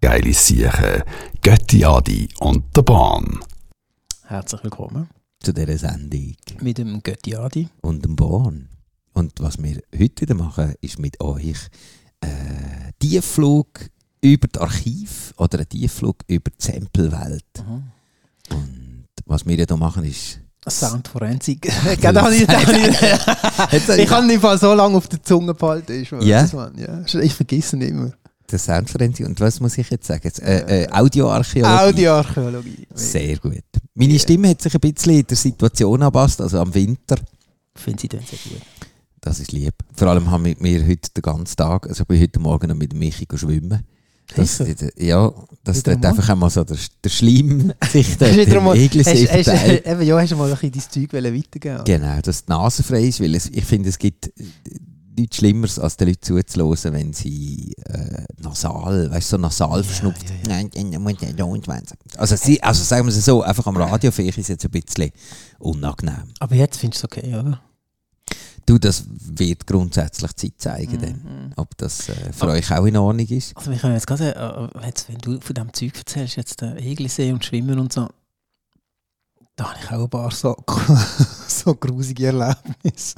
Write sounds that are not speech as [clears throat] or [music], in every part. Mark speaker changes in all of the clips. Speaker 1: Geile Siechen, Götti Adi und der Bahn.
Speaker 2: Herzlich willkommen
Speaker 3: zu dieser Sendung
Speaker 2: mit dem Götti Adi.
Speaker 3: und dem Born. Und was wir heute wieder machen, ist mit euch äh, Tiefflug über das Archiv oder ein Tiefflug über die Samplewelt. Und was wir hier machen ist...
Speaker 2: Soundforensik. Genau, das habe ich, das habe ich, ich habe den Fall so lange auf der Zunge behalten. Ist, mir
Speaker 3: Ja.
Speaker 2: das, Mann. ja. Ich vergesse ihn immer.
Speaker 3: Der Soundforensik. Und was muss ich jetzt sagen? Jetzt, äh, äh, Audioarchäologie.
Speaker 2: Audioarchäologie.
Speaker 3: Sehr gut. Meine Stimme hat sich ein bisschen der Situation angepasst, also am Winter.
Speaker 2: Finde ich den sehr gut.
Speaker 3: Das ist lieb. Vor allem haben wir wir heute den ganzen Tag, also ich bin heute Morgen noch mit Michi schwimmen. Das,
Speaker 2: Sicher?
Speaker 3: ja, dass
Speaker 2: Wieder
Speaker 3: dort
Speaker 2: mal?
Speaker 3: einfach einmal so der,
Speaker 2: [laughs]
Speaker 3: der Schleim sich dort
Speaker 2: Hast du wieder
Speaker 3: im
Speaker 2: mal-
Speaker 3: Egelsee
Speaker 2: Hast, hast, [laughs]
Speaker 3: verteilt.
Speaker 2: eben, ja, hast du mal ein bisschen dein Zeug wollen weitergeben
Speaker 3: Genau, dass die Nase frei ist, weil es, ich finde, es gibt äh, nichts Schlimmeres, als den Leuten zuzuhören, wenn sie äh, nasal, weißt du, so nasal verschnupft.
Speaker 2: ja, ja.
Speaker 3: Nein, nein, nein, nein, nein, nein. Also, sie, also sagen wir es so, einfach am Radio vielleicht ist es jetzt ein bisschen unangenehm.
Speaker 2: Aber jetzt findest du es okay, oder?
Speaker 3: Du, das wird grundsätzlich die Zeit zeigen, dann,
Speaker 2: Mhm.
Speaker 3: ob das äh, für euch auch in Ordnung ist.
Speaker 2: Also wir können jetzt gerade, äh, jetzt, wenn du von diesem Zeug erzählst, jetzt der Egelsee und Schwimmen und so, da habe ich auch ein paar so, [laughs] so grusige Erlebnisse.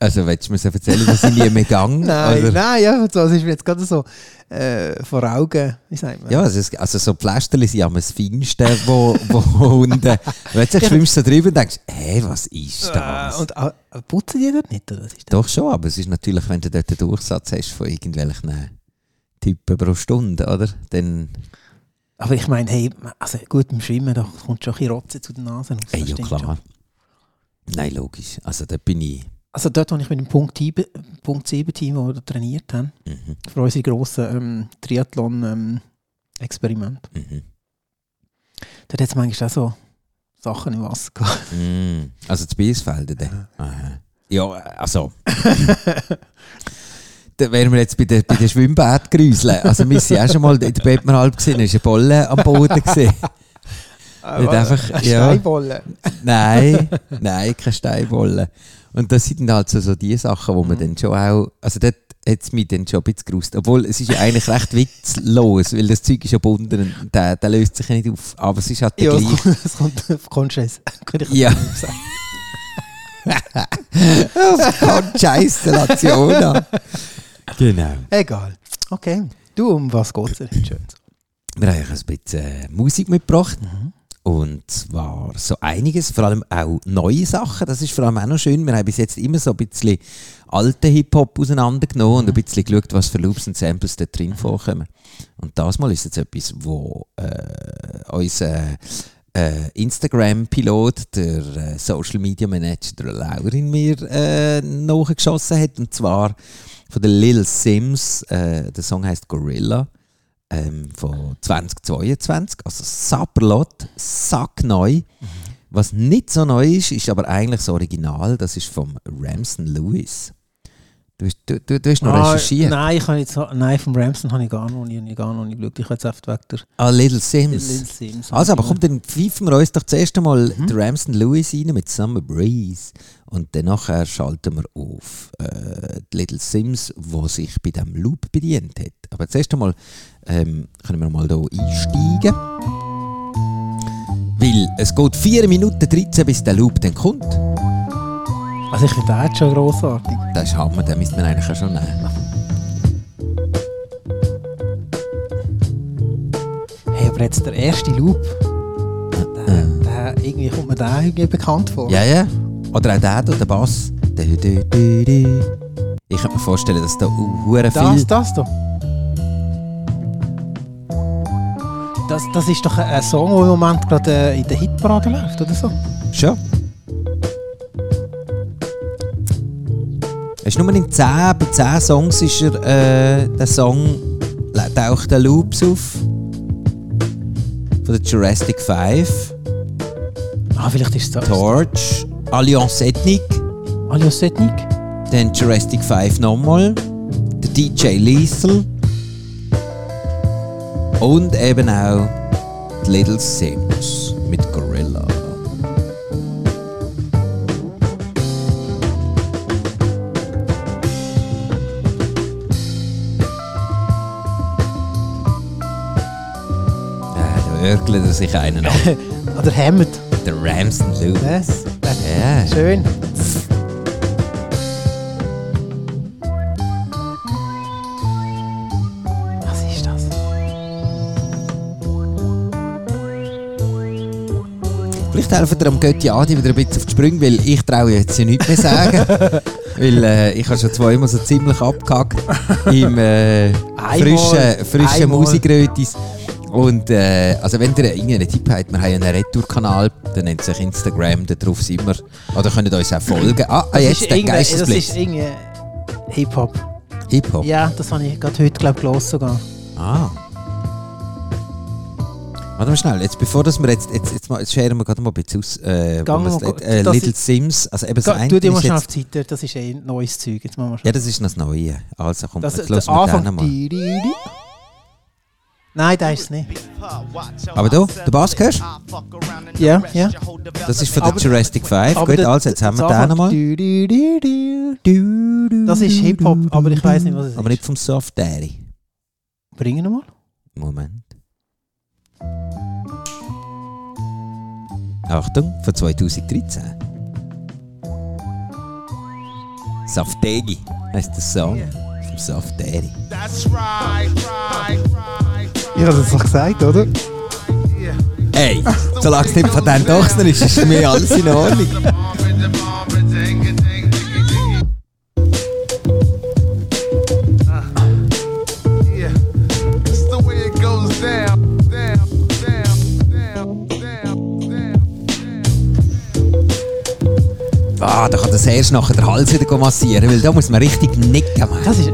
Speaker 3: Also, willst du mir so erzählen, dass ich nie
Speaker 2: [laughs]
Speaker 3: mehr gegangen Also,
Speaker 2: Nein,
Speaker 3: oder?
Speaker 2: nein, ja, so, es ist mir jetzt gerade so äh, vor Augen, wie sagt man?
Speaker 3: Ja, also, es- also so Pflästerli sind am feinsten, wo,
Speaker 2: [laughs]
Speaker 3: wo Hunde... Weißt du, schwimmst du da drüber und denkst, hey, was ist
Speaker 2: Äh,
Speaker 3: das?
Speaker 2: und äh, putzen die dort nicht, oder was ist das?
Speaker 3: Doch schon, aber es ist natürlich, wenn du dort einen Durchsatz hast von irgendwelchen Typen pro Stunde, oder? Dann,
Speaker 2: Aber ich meine, hey, also gut, beim Schwimmen, da kommt schon ein bisschen Rotze zu den Nasen. raus,
Speaker 3: ey,
Speaker 2: das
Speaker 3: ja
Speaker 2: stimmt
Speaker 3: klar.
Speaker 2: schon.
Speaker 3: Nein, logisch. Also, da bin ich...
Speaker 2: Also dort, wo ich mit dem Punkt, 7 Punkt 7 Team, wo wir trainiert haben,
Speaker 3: Mhm,
Speaker 2: für unsere grossen ähm, Triathlon-Experiment,
Speaker 3: mhm.
Speaker 2: dort hat es manchmal auch so Sachen im Wasser gehabt.
Speaker 3: Mm, also zu Biesfelden dann? Aha.
Speaker 2: [laughs]
Speaker 3: Ja, also. da wären wir jetzt bei den, bei den Schwimmbadgrüseln. Also wir sind auch schon mal in der Bettmanalp gesehen, ist eine Bolle am
Speaker 2: [laughs]
Speaker 3: Boden gesehen. Nicht einfach, [laughs] ja.
Speaker 2: Steinbollen.
Speaker 3: Nein, nein, keine Steinbolle. Und das sind dann halt so, so die Sachen, wo man
Speaker 2: Mhm.
Speaker 3: dann schon auch, also dort hat es mich dann schon ein bisschen gerust. Obwohl, es ist ja eigentlich recht witzlos, weil das Zeug ist ja bunden und der, der löst sich ja nicht auf. Aber es ist halt der
Speaker 2: Ja, es
Speaker 3: gleiche.
Speaker 2: kommt- [laughs] es kommt auf Conscience. Könnte ich
Speaker 3: Ja.
Speaker 2: nicht sagen.
Speaker 3: Konscheistellation an. Genau.
Speaker 2: Egal. Okay. Du, um was geht es denn heute Schönes?
Speaker 3: Wir haben euch ein bisschen äh, Musik mitgebracht. Und zwar so einiges, vor allem auch neue Sachen. Das ist vor allem auch noch schön. Wir haben bis jetzt immer so ein bisschen alten Hip-Hop auseinandergenommen und ein bisschen geschaut, was für Loops und Samples da drin vorkommen. Und das mal ist jetzt etwas, wo äh, unser äh, Instagram-Pilot, der äh, Social Media Manager der Laurin mir äh, nachgeschossen hat. Und zwar von der Lil Sims. Äh, der Song heißt Gorilla ähm, von 2022, also Saperlot, sackneu. Was nicht so neu ist, ist aber eigentlich das Original, das ist vom Ramson Lewis. Du, hast- du, du, du hast noch
Speaker 2: Ah,
Speaker 3: recherchiert.
Speaker 2: Nein, ich habe jetzt, nein, vom Ramsden habe ich gar noch nie, gar noch nie geschaut. Ich habe jetzt einfach weg der
Speaker 3: Ah, Little
Speaker 2: der
Speaker 3: Sims.
Speaker 2: Lil Sims.
Speaker 3: Also, aber komm, dann pfeifen wir uns doch zuerst einmal den Ramson Lewis rein mit Summer Breeze. Und dann nachher schalten wir auf äh, die Little Sims, wo sich bei diesem Loop bedient hat. Aber zuerst einmal ähm, können wir mal hier einsteigen. Weil es geht 4 Minuten 13, bis der Loop dann kommt.
Speaker 2: Also, ich finde den jetzt schon grossartig.
Speaker 3: Das ist Hammer, den müsste man eigentlich auch schon nehmen.
Speaker 2: Hey, aber jetzt der erste Loop. Der, der, irgendwie kommt mir der irgendwie bekannt vor.
Speaker 3: Ja, ja. Oder auch der, hier, der Bass. Dü, dü, dü, dü. Ich könnte mir vorstellen, dass da hure viel...
Speaker 2: Das, das da. Das, das ist doch ein- ein Song, der im Moment gerade äh, in der Hitparade läuft, oder so?
Speaker 3: Schon. Er ist nur in 10, bei 10 Songs ist er, äh, der Song la- taucht der Loops auf. Von der Jurassic 5,
Speaker 2: Ah, vielleicht ist es das.
Speaker 3: Torch, Allianz Ethnic,
Speaker 2: Alias Setnik.
Speaker 3: dann Jurassic 5 nochmal, der DJ Lethal und eben auch die Little Sims mit Gorilla. nörgelt Ah, er sich einen an.
Speaker 2: [laughs] Oder Hammett.
Speaker 3: Der Ramsden
Speaker 2: Ne?
Speaker 3: Lewis. Ja.
Speaker 2: Schön. Was ist das?
Speaker 3: Ah, Vielleicht helfen dir am Götti Adi wieder ein bisschen auf die Sprünge, weil ich traue jetzt ja nichts mehr sagen.
Speaker 2: [laughs]
Speaker 3: weil äh, ich habe schon zweimal so ziemlich abgehackt im äh,
Speaker 2: Einmal,
Speaker 3: frischen, frischen
Speaker 2: einmal.
Speaker 3: Musikrötis. Und äh, also wenn ihr irgendeinen Tipp habt, wir haben einen Retour-Kanal, der nennt sich Instagram, da drauf sind wir. Oder könnt ihr uns auch folgen. Ah, ah, jetzt der
Speaker 2: irgendein- Das ist
Speaker 3: Geistesblitz. Oh.
Speaker 2: irgendwie Hip-Hop.
Speaker 3: Hip-Hop.
Speaker 2: Ja, das habe ich gerade heute, glaube ich, gelesen sogar.
Speaker 3: Ah. Warte mal schnell, jetzt bevor dass wir jetzt, jetzt, jetzt, mal, jetzt scheren wir gerade mal ein bisschen aus, äh, wo
Speaker 2: Gang
Speaker 3: wir's-
Speaker 2: mal-
Speaker 3: äh,
Speaker 2: das
Speaker 3: Little
Speaker 2: ist-
Speaker 3: Sims, also eben das
Speaker 2: Ga-
Speaker 3: eine
Speaker 2: Tu dir mal
Speaker 3: ist
Speaker 2: schnell
Speaker 3: jetzt-
Speaker 2: auf die Seite, das ist eh neues Zeug. Jetzt machen wir schon.
Speaker 3: Ja, das ist noch das Neue. Also kommt,
Speaker 2: das,
Speaker 3: das, jetzt hören
Speaker 2: der
Speaker 3: wir
Speaker 2: Anfang.
Speaker 3: den mal.
Speaker 2: Di- di- di. Nein, da ist es nicht.
Speaker 3: Aber du, den Bass hörst?
Speaker 2: Ja, ja.
Speaker 3: Das ist von der
Speaker 2: Aber-
Speaker 3: Jurassic 5.
Speaker 2: Aber
Speaker 3: Gut,
Speaker 2: der-
Speaker 3: also jetzt haben wir
Speaker 2: das
Speaker 3: den
Speaker 2: Anfang.
Speaker 3: nochmal.
Speaker 2: Di- di- di- di. Das ist Hip-Hop, aber ich weiss nicht, was es
Speaker 3: Aber
Speaker 2: ist.
Speaker 3: nicht vom Soft Daddy.
Speaker 2: Bringen wir mal.
Speaker 3: Moment. Achtung, von 2013. Saftegi heisst der Song vom Soft Daddy.
Speaker 2: Ich habe es doch gesagt, oder?
Speaker 3: Hey, solange es nicht von den Tochter ist, ist mir alles in Ordnung. Ah, da kann das erst nachher den Hals wieder massieren, weil da muss man richtig nicken. Mann.
Speaker 2: Das ist,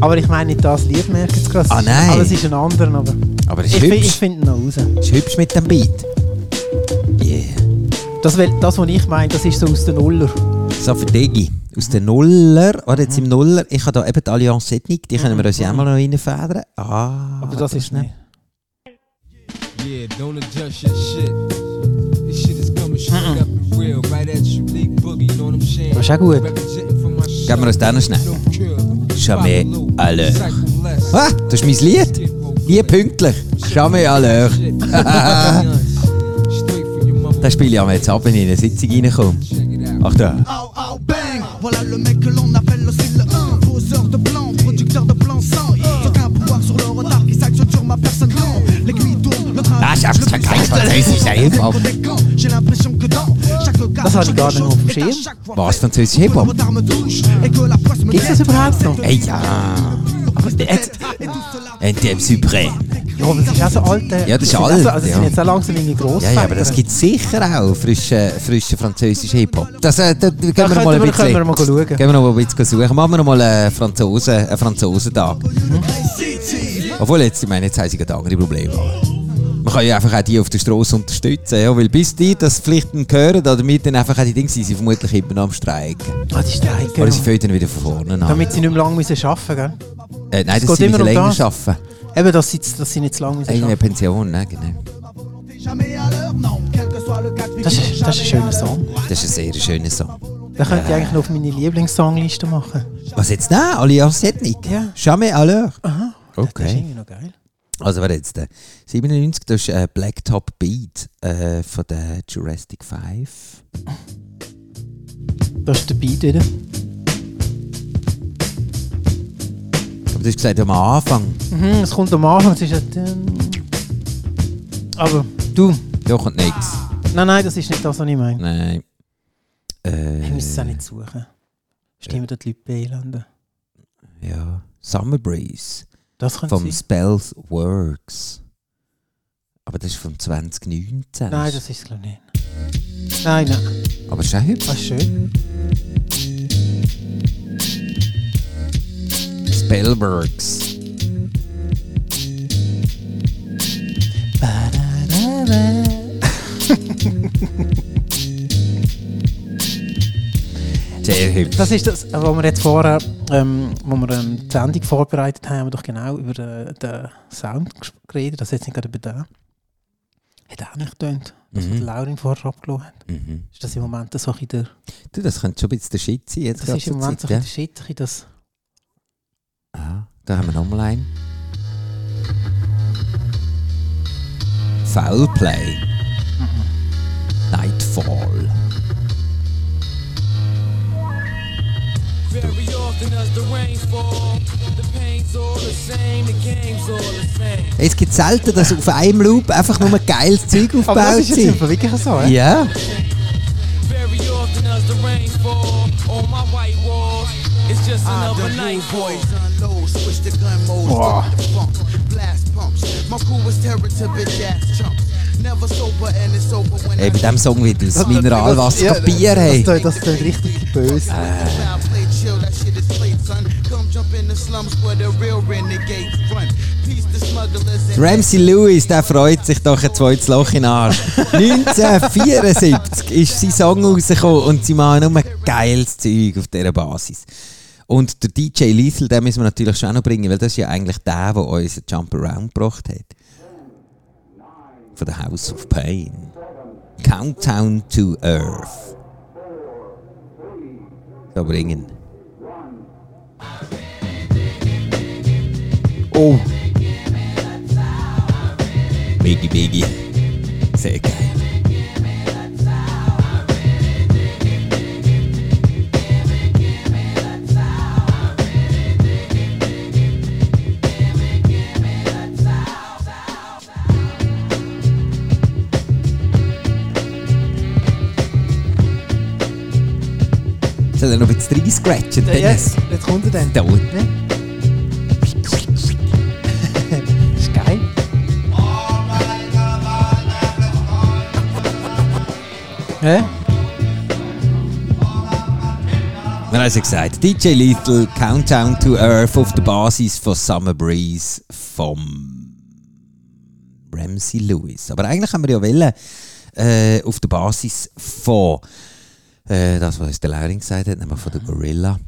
Speaker 2: aber ich meine nicht das Lied, merkt ihr es gerade.
Speaker 3: Ah, nein.
Speaker 2: Aber es ist ein anderer. Aber
Speaker 3: Aber es
Speaker 2: ich
Speaker 3: ist
Speaker 2: fi- ich
Speaker 3: hübsch.
Speaker 2: finde ihn noch raus.
Speaker 3: Ist hübsch mit dem Beat. Yeah.
Speaker 2: Das, wel- das was ich meine, das ist so aus den Nuller.
Speaker 3: So für Digi. Aus den Nuller, oder jetzt im Nuller, ich habe da eben die Allianz Ethnik, die können wir uns ja auch mal noch reinfedern. Ah,
Speaker 2: Aber das ist nicht.
Speaker 4: Yeah, don't adjust your shit. This shit is coming straight up and real, right at you, big boogie, you know what I'm saying?
Speaker 2: Das ist auch gut.
Speaker 4: Representing for my
Speaker 3: Geben wir uns den noch schnell. Jamais à l'heure. Ah, das ist mein Lied. Hier pünktlich. Jamais à l'heure. [laughs] Das spiele ich aber jetzt ab, wenn ich in eine Sitzung reinkomme. Ach da.
Speaker 5: Au, au, bang Voilà le mec que l'on appelle aussi le 1 Poseur de blanc, producteur de blanc sang Aucun pouvoir sur le retard qui s'actionne sur ma personne Non, l'aiguille tourne, le travail
Speaker 3: Ah, ich hab's vergeigt, was ist das denn?
Speaker 5: Des gros des camps, J'ai l'impression que dans chaque cas
Speaker 2: Das hatte ich gar nicht auf dem
Speaker 5: est à
Speaker 2: Schirm.
Speaker 5: chaque fois
Speaker 3: Was,
Speaker 5: fait
Speaker 3: französisch
Speaker 5: que le
Speaker 3: Hip-Hop?
Speaker 5: retard me touche Et que la poisse me
Speaker 2: Gibt's das
Speaker 5: guette.
Speaker 2: überhaupt noch?
Speaker 3: Hey, ja.
Speaker 2: Jetzt,
Speaker 5: Et tout cela
Speaker 3: NTM Supreme.
Speaker 2: ja, aber das ist auch so alt. äh,
Speaker 3: Ja, das ist
Speaker 2: sind auch
Speaker 3: alt,
Speaker 2: so- Also, das sind
Speaker 3: ja.
Speaker 2: jetzt auch langsam irgendwie gross.
Speaker 3: Ja, ja, aber das gibt sicher auch frischen frischen französischen Hip-Hop. Das, äh, da, da gehen wir
Speaker 2: können
Speaker 3: noch mal ein
Speaker 2: wir- können
Speaker 3: bisschen.
Speaker 2: wir mal schauen.
Speaker 3: Gehen wir noch mal ein bisschen suchen. Machen wir noch mal einen Franzosen, einen Franzosentag. Obwohl, jetzt, ich meine, jetzt haben sie gerade andere Probleme. aber Man kann ja einfach auch die auf der Straße unterstützen, ja, weil bis die das vielleicht dann hören, oder mit dann einfach auch die Dinge sind, sie vermutlich immer noch am Streiken.
Speaker 2: Ah, die Streiken.
Speaker 3: Oder sie fangen dann wieder von vorne an.
Speaker 2: Damit sie nicht mehr lange müssen arbeiten müssen.
Speaker 3: äh, nein,
Speaker 2: es geht
Speaker 3: dass sie
Speaker 2: immer
Speaker 3: müssen
Speaker 2: um
Speaker 3: länger
Speaker 2: das.
Speaker 3: arbeiten.
Speaker 2: Eben, dass sie, dass sie nicht zu lange müssen
Speaker 3: Eigentlich eine
Speaker 2: arbeiten
Speaker 3: Pension, ne? genau.
Speaker 5: Jamais à l'heure, non Quel que soit le cas de figure,
Speaker 2: Das ist, das ist ein
Speaker 5: jamais à
Speaker 2: schöner Song.
Speaker 3: Das ist ein sehr schöner Song.
Speaker 2: Den könnte ich eigentlich noch auf meine Lieblingssongliste machen.
Speaker 3: Was jetzt? Nein, Allianz Ethnik.
Speaker 2: Ja.
Speaker 3: Jamais à l'heure.
Speaker 2: Aha. Das ist
Speaker 3: Okay.
Speaker 2: irgendwie noch geil.
Speaker 3: Also wer jetzt der 97, das ist äh, Blacktop Beat äh, von der Jurassic 5.
Speaker 2: Das ist der Beat wieder.
Speaker 3: Aber du hast gesagt, am Anfang.
Speaker 2: Mhm, es kommt am Anfang, es ist ja... dann- Aber du,
Speaker 3: Da kommt
Speaker 2: Ah.
Speaker 3: nichts.
Speaker 2: nein, nein, das ist nicht das, was ich meine.
Speaker 3: Nein.
Speaker 2: Wir müssen es auch
Speaker 3: Äh,
Speaker 2: nicht suchen. Stimmen dort die Leute bei Eilanden.
Speaker 3: ja. Summer Breeze
Speaker 2: Das könnte
Speaker 3: vom
Speaker 2: sein.
Speaker 3: Spells Works. Aber das ist vom
Speaker 2: Nein,
Speaker 3: 2019.
Speaker 2: das ist es glaube ich nicht. Nein, nein.
Speaker 3: Aber ist auch hübsch.
Speaker 2: Ah, schön.
Speaker 3: Spellworks. Sehr hübsch.
Speaker 2: Das ist das, was wir jetzt vorher, ähm, wo wir ähm, die Sendung vorbereitet haben, haben wir doch genau über äh, den Sound ges- geredet. Das jetzt nicht gerade über den. Hat auch nicht getönt. Das, was
Speaker 3: Mhm.
Speaker 2: der Laurin vorher abgelassen hat.
Speaker 3: Mhm.
Speaker 2: Ist das im Moment so ein bisschen der,
Speaker 3: Du, das könnte schon ein bisschen der Shit sein. Jetzt
Speaker 2: das
Speaker 3: gerade
Speaker 2: ist im
Speaker 3: zur
Speaker 2: Moment so
Speaker 3: Zeit,
Speaker 2: ein bisschen der
Speaker 3: ja?
Speaker 2: Shit, ein bisschen das...
Speaker 3: Ah, da haben wir nochmal einen. Foul Play. Nightfall.
Speaker 6: Very often as the rain falls, the pain's all the same, the game's all the same.
Speaker 3: Es gibt selten, dass auf einem Loop einfach nur geiles Zeug
Speaker 2: Aber das
Speaker 3: aufgebaut
Speaker 2: ist jetzt im
Speaker 3: sind.
Speaker 2: Fall wirklich so, ja.
Speaker 3: Ja.
Speaker 6: Very often as the rain falls, on my white walls, it's just another night for
Speaker 5: boys unload, switch the gun modes,
Speaker 2: Wow.
Speaker 5: flip the funk, blast pumps. My crew is terror to bitch ass chumps. Never sober and it's over when
Speaker 3: Ey, bei diesem Song wird das
Speaker 2: Das-
Speaker 3: Mineralwasser
Speaker 2: das- ja,
Speaker 3: Bier hey.
Speaker 2: Das, das klingt richtig böse.
Speaker 5: Foul play chill, that shit is played, son. Come jump in the slums where the real renegades run. Peace the smugglers and
Speaker 3: Ramsey Lewis, der freut sich doch ein zweites Loch in den Arsch. 1974 ist sein Song rausgekommen und sie machen nur geiles Zeug auf dieser Basis. Und der DJ Liesel, den müssen wir natürlich schon auch noch bringen, weil das ist ja eigentlich der, der uns Jump Around gebracht hat. Von der House of Pain. Countdown to Earth. So bringen.
Speaker 2: Oh,
Speaker 3: Biggie Biggie. Sehr geil. Soll er noch ein bisschen reingratchen, Dennis?
Speaker 2: yes, jetzt kommt er dann.
Speaker 3: Da unten.
Speaker 2: ist geil. Hä?
Speaker 3: Wir haben also gesagt, DJ Lethal, Countdown to Earth auf der Basis von Summer Breeze vom Ramsey Lewis. Aber eigentlich haben wir ja wollen, äh, auf der Basis von äh, das, was uns der Lauring gesagt hat, nämlich von der Gorilla.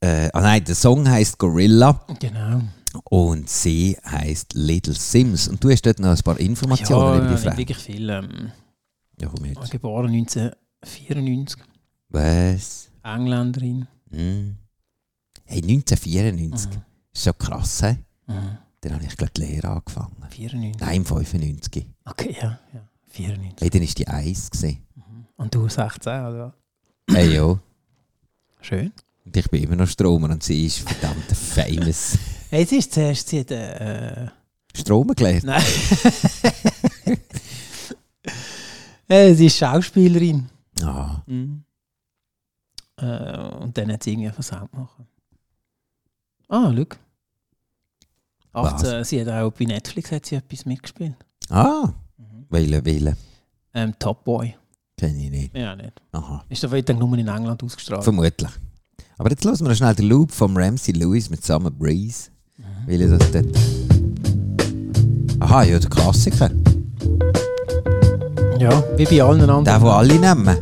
Speaker 3: Äh, ah nein, der Song heißt Gorilla
Speaker 2: Genau.
Speaker 3: und sie heißt Little Sims. Und du hast dort noch ein paar Informationen über die
Speaker 2: nicht
Speaker 3: Frage.
Speaker 2: wirklich viel. Ähm,
Speaker 3: Ja, komm jetzt.
Speaker 2: geboren 1994,
Speaker 3: Was?
Speaker 2: Engländerin.
Speaker 3: Hm. Hey, 1994.
Speaker 2: Mhm.
Speaker 3: Ist so krass, hä?
Speaker 2: Mhm.
Speaker 3: Dann habe ich gleich die Lehre angefangen.
Speaker 2: 94.
Speaker 3: Nein, 95.
Speaker 2: Okay, ja. ja. 94.
Speaker 3: Hey, dann war die 1. gewesen.
Speaker 2: Und du 16, oder?
Speaker 3: Hey, ja.
Speaker 2: Schön.
Speaker 3: Und ich bin immer noch Stromer und sie ist verdammt famous.
Speaker 2: Hey, sie ist zuerst, sie hat, äh, äh,
Speaker 3: Stromer gelernt? [laughs]
Speaker 2: Nein. äh, sie ist Schauspielerin.
Speaker 3: Ah,
Speaker 2: Äh, und dann hat sie irgendwie versaut machen. Ah, schau. 18, sie hat auch bei Netflix hat sie etwas mitgespielt.
Speaker 3: ah. Wählen, wählen.
Speaker 2: Ähm, Top Boy.
Speaker 3: Kenne ich nicht.
Speaker 2: Ja, nicht.
Speaker 3: Aha.
Speaker 2: Ist doch dann nur in England ausgestrahlt.
Speaker 3: Vermutlich. Aber jetzt hören wir noch schnell den Loop vom Ramsey Lewis mit Summer Breeze. Weil ich das dort... Aha, ja, der Klassiker. Den,
Speaker 2: ja, wie bei allen anderen.
Speaker 3: den alle nehmen.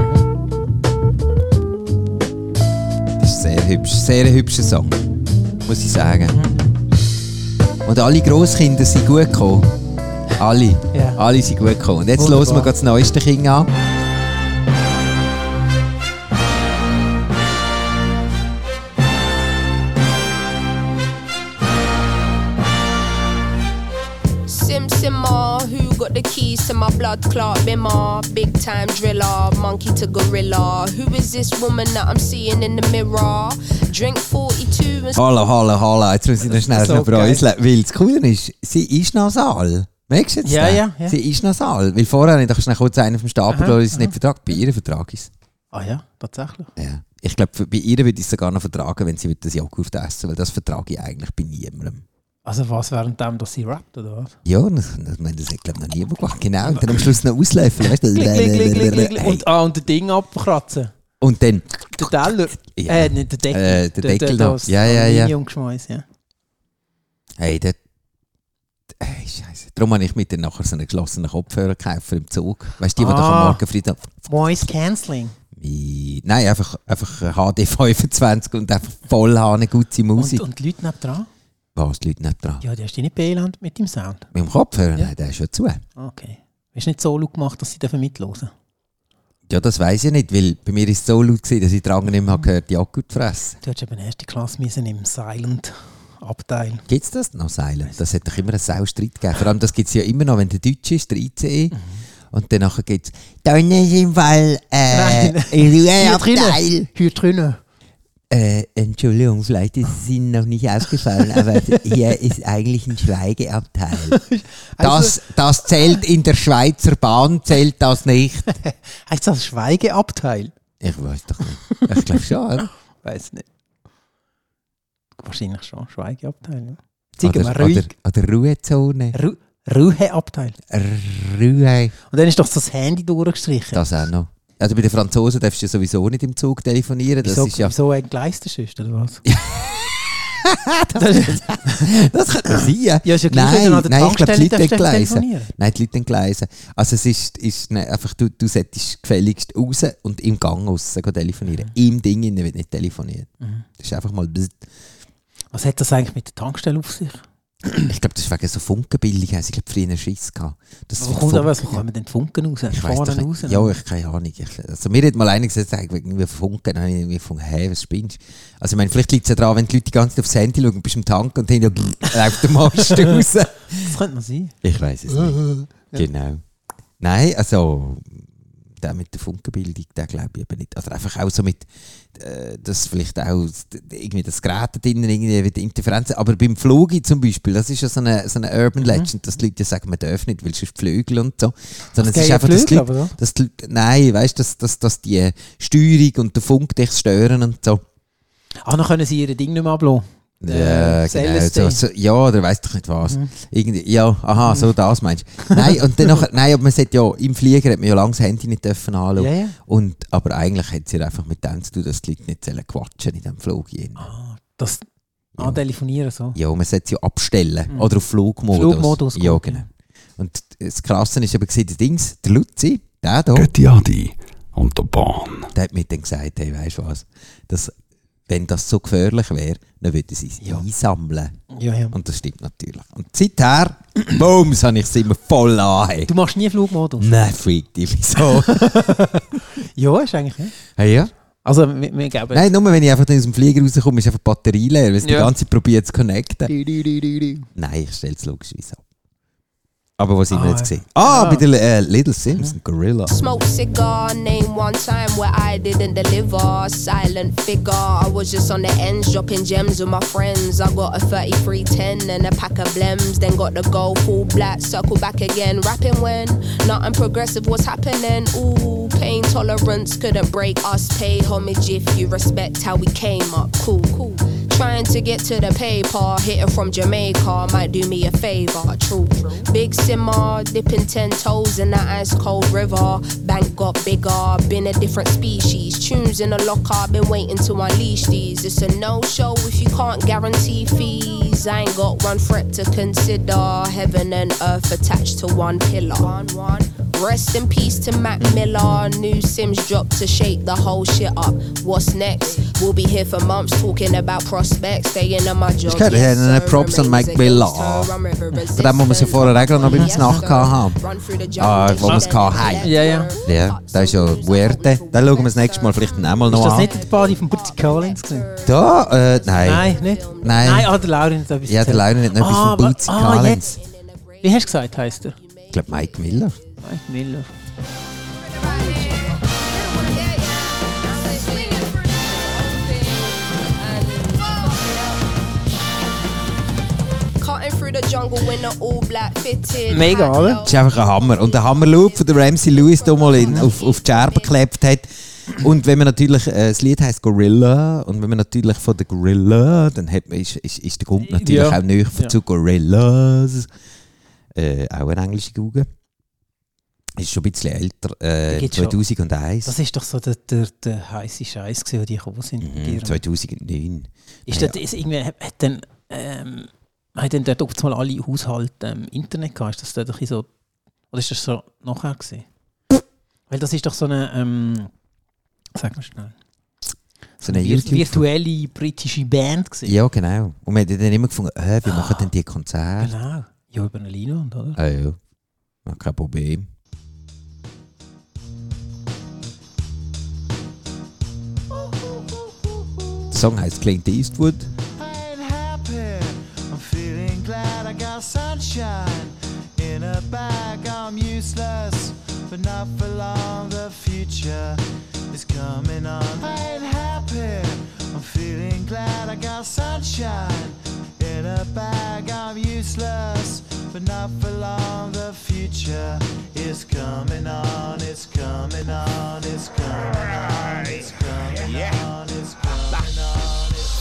Speaker 3: Das ist sehr hübsch. Sehr ein hübscher Song. Muss ich sagen.
Speaker 2: Mhm.
Speaker 3: Und alle Grosskinder sind gut gekommen. Alle.
Speaker 2: Ja.
Speaker 3: Alle sind gut gekommen. Und jetzt
Speaker 2: Wunderbar.
Speaker 3: hören wir gerade das neueste Kind an.
Speaker 7: Sim Simmer, who got the keys to my blood clot bimmer? Big time driller, monkey to gorilla. Who is this woman that I'm seeing in the mirror? Drink 42 and
Speaker 3: Hallo, hallo, hallo. Jetzt muss ich noch schnell
Speaker 2: so
Speaker 3: noch
Speaker 2: geil.
Speaker 3: bräuseln. Weil das Coole ist, sie ist nasal. Merkst du jetzt
Speaker 2: Ja,
Speaker 3: den?
Speaker 2: ja, ja.
Speaker 3: Sie ist nasal. Weil vorher habe ich doch schnell kurz einen vom Stapel
Speaker 2: Aha,
Speaker 3: gelassen, weil ich es nicht vertragt. Bei ihr vertrage ich es.
Speaker 2: Ah ja, tatsächlich.
Speaker 3: Ja. Ich glaube, bei ihr würde ich es sogar noch vertragen, wenn sie das Joghurt essen weil das vertrage ich eigentlich bei niemandem.
Speaker 2: Also was währenddem, dass sie rappt, oder was?
Speaker 3: Ja, das, das, meine, das hat glaube ich noch niemand gemacht. Genau, und dann am Schluss noch auslöffeln. Weißt du?
Speaker 2: Klick, klick, klick, klick, klick, klick.
Speaker 3: Hey.
Speaker 2: Und, ah, und das Ding abkratzen.
Speaker 3: Und dann...
Speaker 2: Der Teller.
Speaker 3: Ja.
Speaker 2: Äh, nicht der Deckel.
Speaker 3: Äh, der Deckel noch.
Speaker 2: das
Speaker 3: Ja, ja, ja.
Speaker 2: Aluminiumgeschmeiß, ja.
Speaker 3: Hey, der. Hey, Scheiße. Darum habe ich mit dir nachher so einen geschlossenen Kopfhörer gekauft für im Zug. Weißt du, die, die doch
Speaker 2: Ah.
Speaker 3: am Morgen Frieden.
Speaker 2: Voice Cancelling.
Speaker 3: Nein, einfach, einfach ein HD25 und einfach voll eine gute
Speaker 2: Und,
Speaker 3: Musik.
Speaker 2: und die Leute nebendran?
Speaker 3: Was, die Leute nicht dran?
Speaker 2: Ja, die hast du nicht beelandt mit dem Sound.
Speaker 3: Mit dem Kopfhörer?
Speaker 2: Ja.
Speaker 3: Nein, der ist ja zu.
Speaker 2: Okay. Hast du nicht so laut gemacht, dass sie dürfen mitlosen
Speaker 3: Ja, das weiß ich nicht, weil bei mir war es so laut, gewesen, dass ich den Drang nicht mehr gehört habe, Joghurt zu fressen.
Speaker 2: Du hättest eben erste Klasse müssen im Silent Abteil.
Speaker 3: Gibt es das noch, Seilen? Das hat doch immer einen Saustreit gegeben. Vor allem, das gibt es ja immer noch, wenn der Deutsche ist, der ICE. Und dann gibt es, dann ist im Fall äh,
Speaker 2: Nein.
Speaker 3: Ruheabteil.
Speaker 2: Hier drinnen.
Speaker 3: Äh, Entschuldigung, vielleicht ist es Ihnen noch nicht ausgefallen, aber hier ist eigentlich
Speaker 2: [laughs]
Speaker 3: ein Schweigeabteil.
Speaker 2: Also
Speaker 3: Das, das zählt in der Schweizer Bahn, zählt das nicht.
Speaker 2: Heißt das Schweigeabteil?
Speaker 3: Ich weiß doch nicht. Ich glaube schon, oder?
Speaker 2: Weiß nicht. Wahrscheinlich schon. Schweigeabteil. Ja. Sagen wir
Speaker 3: Oder, oder,
Speaker 2: ruhig.
Speaker 3: oder Ruhezone.
Speaker 2: Ru Ruheabteil.
Speaker 3: Ruhe.
Speaker 2: Und dann ist doch das Handy durchgestrichen.
Speaker 3: Das auch noch. Also bei den Franzosen darfst du ja sowieso nicht im Zug telefonieren. Das
Speaker 2: wieso,
Speaker 3: ist [laughs] ja.
Speaker 2: wieso ein Gleistest ist, oder was?
Speaker 3: Das könnte man sein.
Speaker 2: [laughs] Ja, ist ja gleich, wenn
Speaker 3: nein,
Speaker 2: du an der
Speaker 3: nein, ich glaube, die
Speaker 2: Tankstelle
Speaker 3: Leute
Speaker 2: darfst du
Speaker 3: entgleisen.
Speaker 2: telefonieren.
Speaker 3: Nein, die Leute entgleisen. Also es ist, ist ne, einfach, du, du solltest gefälligst raus und im Gang raus gehen telefonieren. Im Ding innen wird nicht telefoniert. Das ist einfach mal... bzzzt.
Speaker 2: Was hat das eigentlich mit der Tankstelle auf sich?
Speaker 3: Ich glaube, das ist wegen so Funkenbildung. haben sie, Ich glaube, früher Schiss gehabt. Das
Speaker 2: Wo kommt, was, wo kommen denn die Funken raus?
Speaker 3: Ich weiss doch
Speaker 2: Fahren
Speaker 3: nicht.
Speaker 2: raus?
Speaker 3: Ja, ich keine Ahnung. Ich, also mir hat mal einer gesagt, sag, irgendwie Funken, dann habe ich irgendwie gefunden, hey, was spinnst du? Also ich meine, vielleicht liegt es ja daran, wenn die Leute die ganze Zeit aufs Handy schauen, bist du im Tank und dann ja, [laughs] brrr, läuft der Mast raus.
Speaker 2: Das könnte man sein.
Speaker 3: Ich
Speaker 2: [laughs]
Speaker 3: weiß es nicht. Genau. Nein, also der mit der Funkenbildung, der glaube ich eben nicht. Oder einfach auch so mit, äh, dass vielleicht auch s- irgendwie das Gerät da drinnen irgendwie wird Interferenzen. Aber beim Flug zum Beispiel, das ist ja so eine, so eine Urban Legend, dass die Leute sagen, man darf nicht, weil sonst Flügel und so. Sondern es
Speaker 2: gehen
Speaker 3: ist
Speaker 2: ja
Speaker 3: einfach, dass die
Speaker 2: Flügel,
Speaker 3: Leute,
Speaker 2: aber,
Speaker 3: dass die Leute, nein, weißt du, dass, dass, dass die Steuerung und der Funk dich stören und so.
Speaker 2: Ah, dann können sie ihre Ding nicht mehr ablassen.
Speaker 3: Ja,
Speaker 2: Äh,
Speaker 3: genau.
Speaker 2: das
Speaker 3: So,
Speaker 2: LSD.
Speaker 3: so, ja, oder weiss doch nicht was.
Speaker 2: Mhm.
Speaker 3: Irgendwie, ja, aha, so das meinst du. Nein, und
Speaker 2: [laughs]
Speaker 3: dann nachher, nein, aber man sagt ja, im Flieger hat man ja lange das Handy nicht dürfen anschauen.
Speaker 2: Ja, ja.
Speaker 3: Und, aber eigentlich hat es ja einfach mit dem zu tun, dass die Leute nicht sollen quatschen in diesem Flug. rein.
Speaker 2: Das ah, telefonieren so.
Speaker 3: Ja, man sollte es ja abstellen. Oder auf Flugmodus.
Speaker 2: Mhm. Flugmodus,
Speaker 3: Ja,
Speaker 2: gut,
Speaker 3: genau.
Speaker 2: ja.
Speaker 3: Und das Krasse ist aber, gewesen, der Dings, der Luzi, der da,
Speaker 1: Götti Adi und der Bahn.
Speaker 3: der hat mir dann gesagt, hey, weißt du was, dass, wenn das so gefährlich wäre, dann würde sie es einsammeln.
Speaker 2: Ja, ja.
Speaker 3: Und das stimmt natürlich. Und seither, [clears throat] Booms, habe ich es immer voll an.
Speaker 2: Du machst nie Flugmodus?
Speaker 3: Nein, freak dich,
Speaker 2: [laughs]
Speaker 3: wieso? Hm.
Speaker 2: Ja, ist eigentlich. Ja.
Speaker 3: hey, ja?
Speaker 2: Also, wir, wir geben.
Speaker 3: Nein, nur wenn ich einfach aus dem Flieger rauskomme, ist einfach die Batterie leer, weil es die
Speaker 2: Ja.
Speaker 3: ganze Zeit probiert zu connecten. Nein, ich stelle es logischerweise ab. Aber wo sind wir
Speaker 2: Ah, Mhm.
Speaker 3: jetzt
Speaker 2: ja.
Speaker 3: gesehen? Ah, bei der äh, Little Sims, Gorilla.
Speaker 7: Smoke cigar, name one time where I didn't deliver. Silent figure, I was just on the ends, dropping gems with my friends. I got a 3310 and a pack of blems, then got the goal full black, circle back again. Rapping when nothing progressive was happening. Ooh, pain tolerance couldn't break us. Pay homage if you respect how we came up. Cool, cool. Trying to get to the paper, hitting from Jamaica might do me a favor. True, big simmer, dipping ten toes in that ice cold river. Bank got bigger, been a different species. Tunes in the locker, been waiting to unleash these. It's a no show if you can't guarantee fees. I ain't got one threat to consider. Heaven and earth attached to one pillar. Rest in peace to Mac Miller. New Sims drop to shake the whole shit up. What's next? We'll be here for months talking about prospects. Staying on my job.
Speaker 3: Ich höre,
Speaker 7: Yes,
Speaker 3: er hat
Speaker 7: sir.
Speaker 3: Props an
Speaker 7: Remains
Speaker 3: Mac Miller.
Speaker 7: against her. I'm
Speaker 3: Von
Speaker 7: river
Speaker 3: dem muss man sich
Speaker 7: resistant.
Speaker 3: vorher eigentlich noch beim
Speaker 7: Yes,
Speaker 3: Snack
Speaker 7: sir.
Speaker 3: gehabt haben.
Speaker 7: Run through the
Speaker 3: Ah,
Speaker 7: jungle,
Speaker 3: wo wir's
Speaker 7: then
Speaker 3: gehabt
Speaker 7: left
Speaker 3: haben.
Speaker 2: Ja, ja.
Speaker 7: turn.
Speaker 3: Ja, da ist ja Huerte. Da schauen wir das nächste Mal vielleicht einmal noch
Speaker 2: Ist das
Speaker 3: an.
Speaker 2: nicht der Body von Britney Collins? Gewesen?
Speaker 3: Da? Äh, nein.
Speaker 2: Nein, nicht?
Speaker 3: Nein.
Speaker 2: Nein, ah, der Laurin hat etwas
Speaker 3: Ja, der
Speaker 2: erzählt.
Speaker 3: Laurin hat noch etwas
Speaker 2: Ah,
Speaker 3: von Bootsy
Speaker 2: aber- ah,
Speaker 3: Collins.
Speaker 2: Wie hast du gesagt, heisst er?
Speaker 3: Ich glaube, Mike Miller.
Speaker 2: Mike Miller.
Speaker 7: Cutting through the jungle in an all black fitted.
Speaker 2: Mega,
Speaker 7: hat
Speaker 2: oder?
Speaker 7: no
Speaker 3: Das ist einfach ein Hammer. Und der Hammerloop von der Ramsey Lewis da mal in, auf, auf die Scherben geklebt hat. Und wenn man natürlich, äh, das Lied heisst Gorilla, und wenn man natürlich von der Gorilla, dann hat man, ist, ist, ist der Grund natürlich
Speaker 2: Ja.
Speaker 3: auch näher
Speaker 2: Ja.
Speaker 3: zu Gorillas. Äh, auch eine englische Google. Ist schon ein bisschen älter, äh,
Speaker 2: Gibt's schon.
Speaker 3: 2001.
Speaker 2: Das ist doch so der, der, der heiße Scheiß, gewesen, wo die gekommen sind. mit
Speaker 3: Mhm,
Speaker 2: ihrem-
Speaker 3: 2009.
Speaker 2: Ist das, ist irgendwie, hat hat dann, ähm, haben dann dort oft mal alle Haushalte ähm, Internet gehabt? Ist das dort ein bisschen so, oder ist das so nachher gewesen? Weil das ist doch so eine, ähm, sag mal schnell,
Speaker 3: So eine
Speaker 2: vir-
Speaker 3: YouTube.
Speaker 2: virtuelle britische Band gewesen.
Speaker 3: Ja, genau. Und man hat dann immer gefunden, äh, wie machen denn die Konzerte?
Speaker 2: Genau. Ja, über eine Leinwand, oder?
Speaker 3: Ah ja, ja kein Problem. Der Song heißt Clint Eastwood.
Speaker 5: Ain't happened.
Speaker 8: sunshine in a bag. I'm useless, but not for long. The future is coming on. I ain't happy. I'm feeling glad I got sunshine in a bag. I'm useless, but not for long. The future is coming on. It's coming on. It's coming on. It's coming on. It's coming on.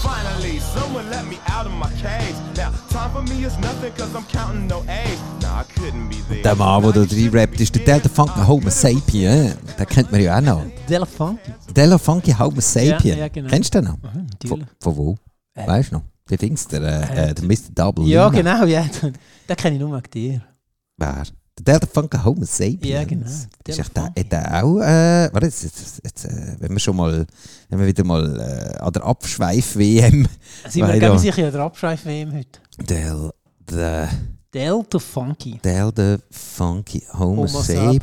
Speaker 9: Finally, someone let me out of my cage. Now, time for me is nothing cause I'm counting no A's. Nah, I couldn't be there.
Speaker 3: Der Mann, der da drin rappt, ist der Delta Funky Homer Sapien. Den kennt man ja auch noch.
Speaker 2: Delfanti.
Speaker 3: Delta Funky Homer Sapien.
Speaker 2: ja, genau.
Speaker 3: Kennst du den noch?
Speaker 2: Aha, natürlich.
Speaker 3: Von, von wo? Weißt du noch? Der Dings, der, äh, der Mr. Double.
Speaker 2: Ja,
Speaker 3: Lima.
Speaker 2: genau, ja. [laughs] Den kenne ich nur wegen dir.
Speaker 3: Wer? Der Delta Funky Homer Sapien.
Speaker 2: Ja, genau.
Speaker 3: Ist
Speaker 2: Delta
Speaker 3: echt der,
Speaker 2: Funky.
Speaker 3: hat der auch. Äh, warte, jetzt, jetzt, jetzt, äh, wenn wir schon mal. Wenn wir wieder mal äh, an der Abschweif-WM.
Speaker 2: Sind wir
Speaker 3: Weil
Speaker 2: ganz
Speaker 3: da-
Speaker 2: sicher an der Abschreif-WM heute?
Speaker 3: Del. Der.
Speaker 2: Delta Funky.
Speaker 3: Delta Funky Homo,
Speaker 2: Homo sapiens.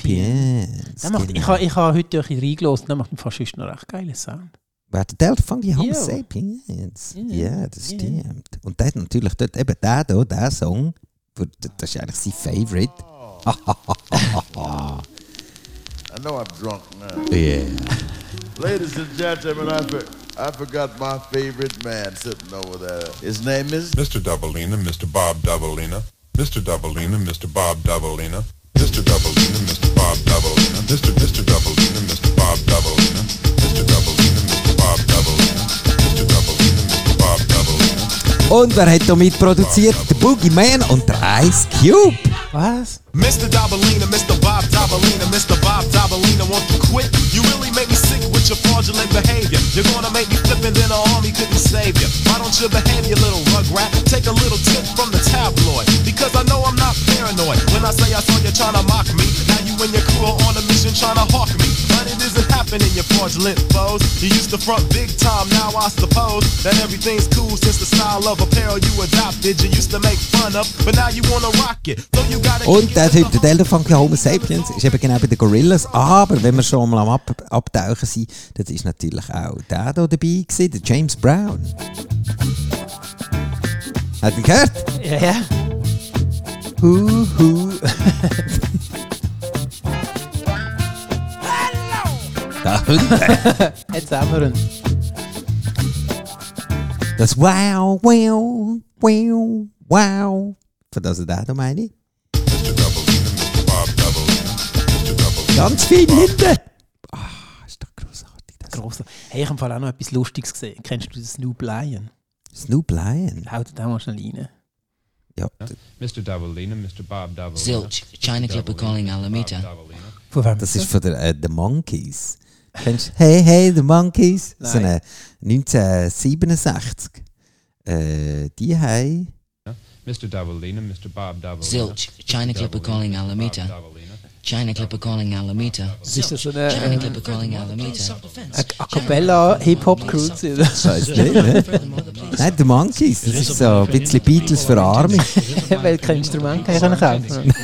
Speaker 3: sapiens.
Speaker 2: Der macht, ich
Speaker 3: genau.
Speaker 2: habe ich ha heute euch reingelassen, der macht mir fast sonst noch recht geilen Sound.
Speaker 3: Wer der Delta Funky Homo
Speaker 2: Ja.
Speaker 3: sapiens.
Speaker 2: Ja.
Speaker 3: Ja, das
Speaker 2: Ja.
Speaker 3: stimmt. Und der hat natürlich dort eben der hier, der Song, wo- das ist eigentlich sein Favorite.
Speaker 10: I know I'm drunk now.
Speaker 3: Yeah.
Speaker 10: Ladies and gentlemen, I, for, I forgot my favorite man sitting over there. His name is
Speaker 11: Mr. Doubleina, Mr. Bob Doubleina, Mr. Doubleina, Mr. Bob Doubleina, Mr. Doubleina, Mr. Bob Doubleina, Mr. Mr. Doubleina, Mr. Bob Doubleina, Mr. Doubleina, Mr. Bob Doubleina, Mr. Doubleina, Mr. Bob Doubleina.
Speaker 3: Und wer hat hier mitproduziert? Der Boogie Man und der Ice Cube.
Speaker 2: Was?
Speaker 9: Mr. Dabalina, Mr. Bob Dabalina, Mr. Bob Dabalina, won't you quit? You really make me sick with your fraudulent behavior. You're gonna make me flip and then the army couldn't save you. Why don't you behave, you little rugrat? Take a little tip from the tabloid, because I know I'm not paranoid. When I say I saw you trying to mock me, now you and your crew are on a mission trying to hawk me. But it isn't happening, you fraudulent foes. You used to front big time, now I suppose that everything's cool since the style of apparel you adopted. You used to make fun of, but now you wanna rock it. So you gotta
Speaker 3: Und der Typ, der Delta Funky Homo sapiens, ist eben genau bei den Gorillas. Aber wenn wir schon mal am Ab Abtauchen sind, dann ist natürlich auch der hier dabei gewesen, der James Brown. Hat ihr gehört?
Speaker 2: Ja, ja.
Speaker 3: Huhu. [laughs] Da Hund.
Speaker 2: Jetzt haben wir ihn.
Speaker 3: Das Wow, Wow, Wow, Wow. Von das ist der, da meine ich.
Speaker 11: Mr. Doubleina, Mr. Bob Doubleina, Mr. Doubleina.
Speaker 3: Ganz viel hinten. Ah, ist doch grossartig. Das.
Speaker 2: Grosser. Hey, ich habe im Fall auch noch etwas Lustiges gesehen. Kennst du den Snoop Lion?
Speaker 3: Snoop Lion.
Speaker 2: Haut den mal schnell rein.
Speaker 3: Ja,
Speaker 11: Mr. Doubleina, Mr. Bob Doubleina.
Speaker 6: Zilch, China Clipper calling Alameda.
Speaker 2: Von wem?
Speaker 3: Das ist von der, äh, The Monkeys. Kennst du? Hey, hey, The Monkeys. uh, So
Speaker 2: Nein.
Speaker 3: eine 1967. Äh, die haben.
Speaker 11: Mr. Doubleina, Mr. Bob Doubleina.
Speaker 6: Zilch, China Clipper calling Alameda. China Clipper calling Alameda.
Speaker 2: Ist das so eine
Speaker 6: China
Speaker 2: äh,
Speaker 6: Clipper calling Alameda.
Speaker 2: A Cappella Hip-Hop-Crew? gewesen, oder? [laughs]
Speaker 3: Weiss nicht, ne? Nein, The Monkeys. Das ist so ein bisschen Beatles für Arme.
Speaker 2: Weil kein Instrument kann ich auch kaufen.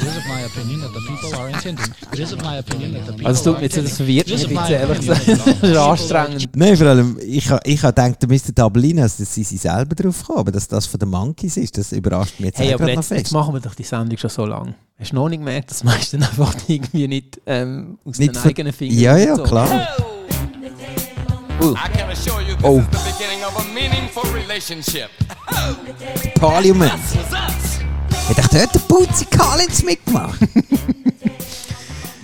Speaker 2: Also es tut mir jetzt das verwirrt mich ein bisschen, ehrlich gesagt. [laughs] Das ist anstrengend.
Speaker 3: Nein, vor allem, ich habe ich ha gedacht, der Mr. Dublin, also, dass sie sie selber drauf kommen, aber dass das von den Monkeys ist, das überrascht mich jetzt
Speaker 2: Hey,
Speaker 3: auch
Speaker 2: aber
Speaker 3: gerade noch
Speaker 2: jetzt,
Speaker 3: fest.
Speaker 2: jetzt machen wir doch die Sendung schon so lange. Hast du noch nicht gemerkt, dass [laughs] meistens einfach irgendwie nicht ähm, aus
Speaker 3: Nicht
Speaker 2: den
Speaker 3: ver-
Speaker 2: eigenen Fingern
Speaker 3: ja, ja,
Speaker 2: gezogen.
Speaker 3: klar.
Speaker 9: I can assure you this
Speaker 3: Oh.
Speaker 9: is the beginning of a meaningful relationship.
Speaker 3: Parliament. Ich dachte, dort hat der Putzi Collins mitgemacht.
Speaker 2: [laughs]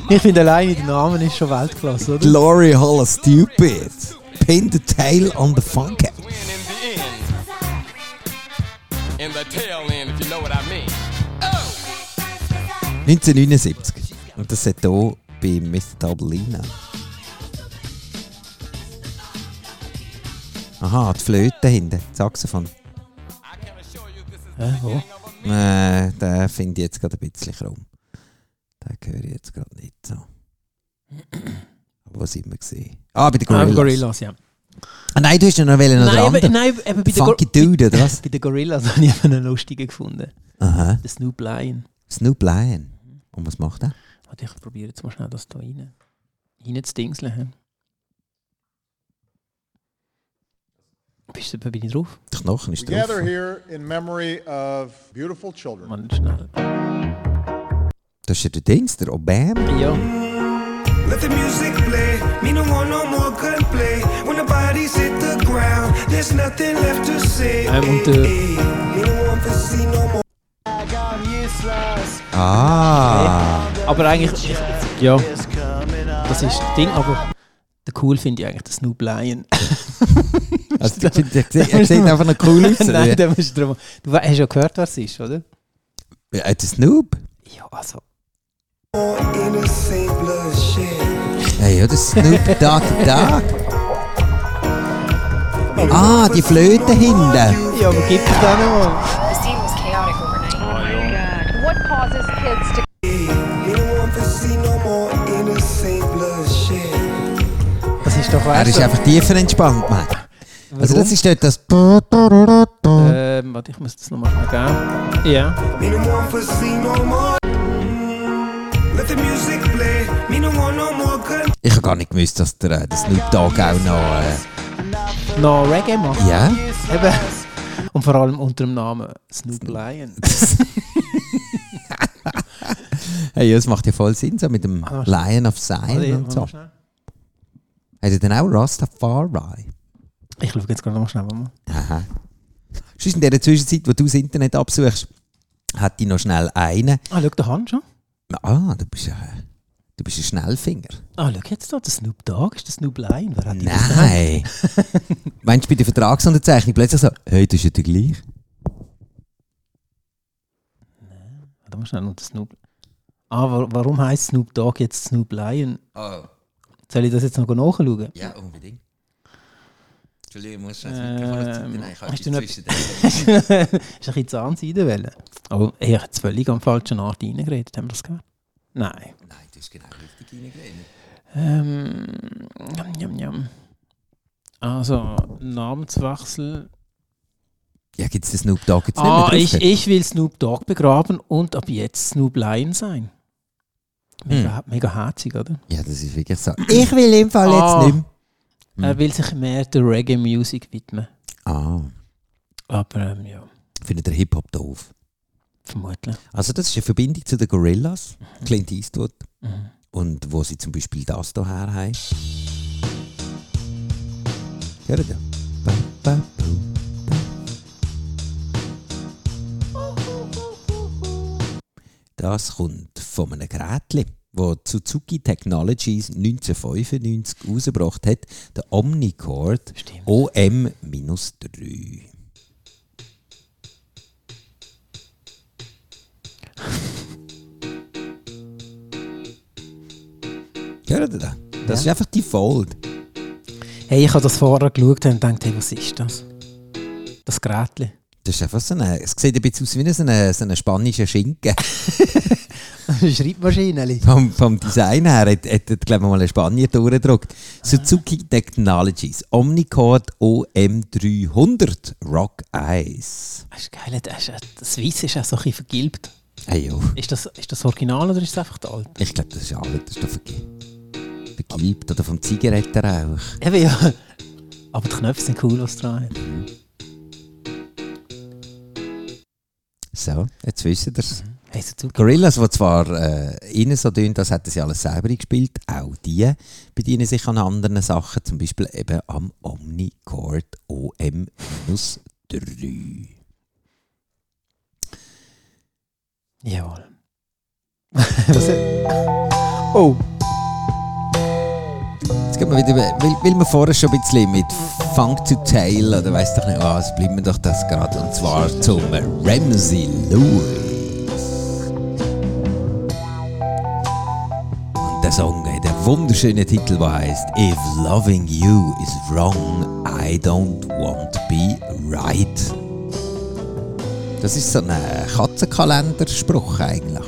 Speaker 2: Ich finde alleine der Name ist schon Weltklasse, oder?
Speaker 3: Glory Hall of Stupid. Pin the tail on the funk.
Speaker 9: Win in the end. In the tail end, if you know what I mean.
Speaker 3: 1979. Und das hat hier bei Mr. Tablina. Aha, die Flöte hinten, das Saxophon.
Speaker 9: I can assure you this
Speaker 2: Hä,
Speaker 9: is
Speaker 2: wo?
Speaker 3: Äh, den finde ich jetzt gerade ein bisschen krumm. Den höre ich jetzt gerade nicht so. Wo sind wir gesehen? Ah, bei den
Speaker 2: Ah,
Speaker 3: Gorillas.
Speaker 2: Gorillas, ja.
Speaker 3: Ah, nein, du hast ja noch wollen, oder
Speaker 2: Nein, eben,
Speaker 3: anderen.
Speaker 2: nein, eben bei den Gor-
Speaker 3: Funky Dude, oder was?
Speaker 2: [laughs] bei den Gorillas habe ich eben einen lustigen gefunden.
Speaker 3: Aha.
Speaker 2: Den Snoop Lion.
Speaker 3: Snoop Lion. Und was macht er?
Speaker 2: Warte, ich probiere jetzt mal schnell das hier rein. Rein zu dingseln. hä? Bist du, bin ich drauf?
Speaker 3: Die Knochen ist
Speaker 12: Together here in memory of beautiful children.
Speaker 3: Das ist ja der Dings, der Obama.
Speaker 13: Let the music play. Me no want no more gunplay. When the bodies hit the ground, there's nothing left to say.
Speaker 2: Ähm, und der.
Speaker 13: Me no want to see no more.
Speaker 3: Ah.
Speaker 2: Aber eigentlich, ich, ja, das ist das Ding, aber der cool finde ich eigentlich den Snoop Lion.
Speaker 3: Also, der- der- der- er sieht einfach noch cool aus, oder
Speaker 2: [laughs]
Speaker 3: wie?
Speaker 2: Nein, der musst du drum. Du we- hast ja gehört, wer es ist, oder?
Speaker 3: Ja, äh, der Snoop.
Speaker 2: Ja, also.
Speaker 13: Innocent bloodshed.
Speaker 3: Hey, ja, der Snoop Doggy Dog. Ah, die Flöte hinten.
Speaker 2: Ja, aber gib es auch nochmal.
Speaker 14: The scene was chaotic overnight.
Speaker 7: Oh
Speaker 13: What causes kids to? Me no want to see no more innocent bloodshed.
Speaker 2: Das ist doch
Speaker 3: Er ist
Speaker 2: so-
Speaker 3: einfach tiefer entspannt, Mann. Also,
Speaker 2: Warum?
Speaker 3: das ist dort das.
Speaker 2: Ähm, warte, ich muss das nochmal schnell geben. Ja.
Speaker 13: Me no want to see no more. Let the music play. Me no want no more gun.
Speaker 3: Ich habe gar nicht gewusst, dass der, äh, der Snoop Dogg auch noch. Äh,
Speaker 2: Noch Reggae machen.
Speaker 3: Ja.
Speaker 2: Eben. Und vor allem unter dem Namen Snoop Lion.
Speaker 3: hey, ja, das macht ja voll Sinn, so mit dem
Speaker 2: Ah,
Speaker 3: Lion of Zion
Speaker 2: Warte,
Speaker 3: und so.
Speaker 2: warte mal
Speaker 3: Hat er denn auch Rastafari?
Speaker 2: Ich schaue jetzt gerade mal schnell mal.
Speaker 3: Aha. Sonst in dieser Zwischenzeit, wo du das Internet absuchst, hat die noch schnell einen.
Speaker 2: Ah, schau, der Hand schon.
Speaker 3: Ah, du bist, ja, du bist ein Schnellfinger.
Speaker 2: Ah, schau jetzt da, der Snoop Dogg ist der Snoop Lion. Wer hat die das gedacht?
Speaker 3: Nein! [laughs] Meinst du bei der Vertragsunterzeichnung plötzlich so, hey, das ist ja der gleiche?
Speaker 2: Da muss schnell noch den Snoop. Ah, wa- warum heißt Snoop Dogg jetzt Snoop Lion?
Speaker 3: Oh.
Speaker 2: Soll ich das jetzt noch nachschauen? [laughs]
Speaker 3: Ja, unbedingt. Entschuldigung, ich muss Äh,
Speaker 2: Ähm, hast du noch
Speaker 3: zwischen
Speaker 2: Hast du noch- hast du ein bisschen Zahnseide wollen? Aber ich habe jetzt völlig am falschen Art reingeredet. Haben wir das gehört? Nein.
Speaker 3: Nein, du hast genau richtig reingeredet.
Speaker 2: Ähm, jam, jam, jam. Also, Namenswechsel.
Speaker 3: Ja, gibt es den Snoop Dogg jetzt
Speaker 2: Ah,
Speaker 3: nicht
Speaker 2: ich,
Speaker 3: mehr drauf?
Speaker 2: ich will Snoop Dogg begraben und ab jetzt Snoop Lion sein.
Speaker 3: Hm.
Speaker 2: Mega, mega herzig, oder?
Speaker 3: Ja, das ist wirklich so. Ich will im Fall jetzt nicht mehr. Hm.
Speaker 2: Er will sich mehr der Reggae-Music widmen.
Speaker 3: Ah.
Speaker 2: Aber ähm, ja,
Speaker 3: Findet der Hip-Hop doof?
Speaker 2: vermutlich.
Speaker 3: Also das ist eine Verbindung zu den Gorillas, Clint Eastwood.
Speaker 2: Mhm.
Speaker 3: Und wo sie zum Beispiel das hier her haben. Hört ihr? Ba, ba, bu. Das kommt von einem Gerät, wo Suzuki Technologies 1995 rausgebracht hat, der Omnicord OM-3. Hört ihr das? Das ist einfach die Fold.
Speaker 2: Hey, ich habe das vorher geschaut und gedacht, hey, was ist das? Das [laughs] Gerät.
Speaker 3: Das ist einfach so eine, es sieht ein bisschen aus wie so ein so eine spanischer Schinken. [laughs]
Speaker 2: Schreibmaschine.
Speaker 3: vom, vom Design her hat, hat, hat glaube ich, mal in Spanien durchgedruckt. Suzuki Technologies, Omnicord OM300 Rock Eyes.
Speaker 2: Das ist geil, das, ist, äh, das Weiss ist auch so ein bisschen vergilbt.
Speaker 3: Hey, jo.
Speaker 2: Ist das, ist das Original oder ist es einfach der alte?
Speaker 3: Ich glaube, das ist alles, das ist doch vergi- vergilbt oder vom Zigarettenrauch.
Speaker 2: Eben ja. [laughs] Aber die Knöpfe sind cool, was dran hat.
Speaker 3: So, jetzt wissen ihr es.
Speaker 2: Hey, Suzuki.
Speaker 3: Gorillas, die zwar äh, innen so tun, das hätten sie alles selber gespielt, auch die bedienen sich an anderen Sachen, zum Beispiel eben am Omnicord OM-3.
Speaker 2: Jawohl. [laughs] Was ist- oh.
Speaker 3: Jetzt gehen wir wieder, weil, weil wir vorher schon ein bisschen mit Funk to Tail oder weiss doch nicht was, bleiben wir doch das gerade. Und zwar zum Ramsey Lewis. Und der Song hat einen wunderschönen Titel, der heißt If Loving You is Wrong, I Don't Want to Be Right. Das ist so ein Katzenkalenderspruch eigentlich.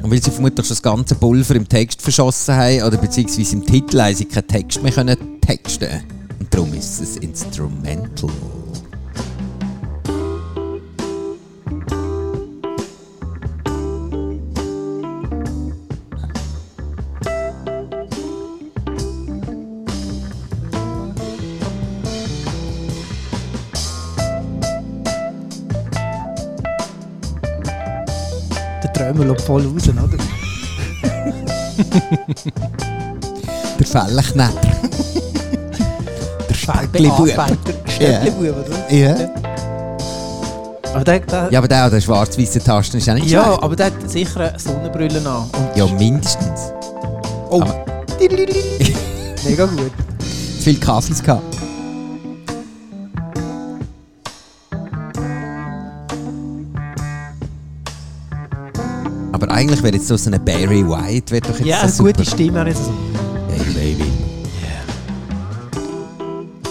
Speaker 3: Und weil sie vermutlich schon das ganze Pulver im Text verschossen haben, oder beziehungsweise im Titel, haben sie keinen Text mehr können texten. Und darum ist es ein Instrumental.
Speaker 2: Der Träumer läuft voll raus, oder?
Speaker 3: Der Fellenknäpper. [laughs] Der
Speaker 2: [laughs]
Speaker 3: Schäcklibub.
Speaker 2: Bearbeiter. Schäcklibub, oder?
Speaker 3: Ja.
Speaker 2: Aber der, der,
Speaker 3: Ja, aber der, der schwarz-weiße Tasten ist auch nicht
Speaker 2: ja,
Speaker 3: schlecht.
Speaker 2: aber der hat sicher eine Sonnenbrille an. Und
Speaker 3: Ja, mindestens.
Speaker 2: Oh.
Speaker 3: Aber
Speaker 2: [laughs] Mega gut.
Speaker 3: zu viel Kaffees gehabt. Aber eigentlich wäre jetzt so ein Barry White, wäre doch jetzt
Speaker 2: ja,
Speaker 3: so
Speaker 2: eine
Speaker 3: super.
Speaker 2: gute Stimme. er hat So,
Speaker 3: Hey Baby.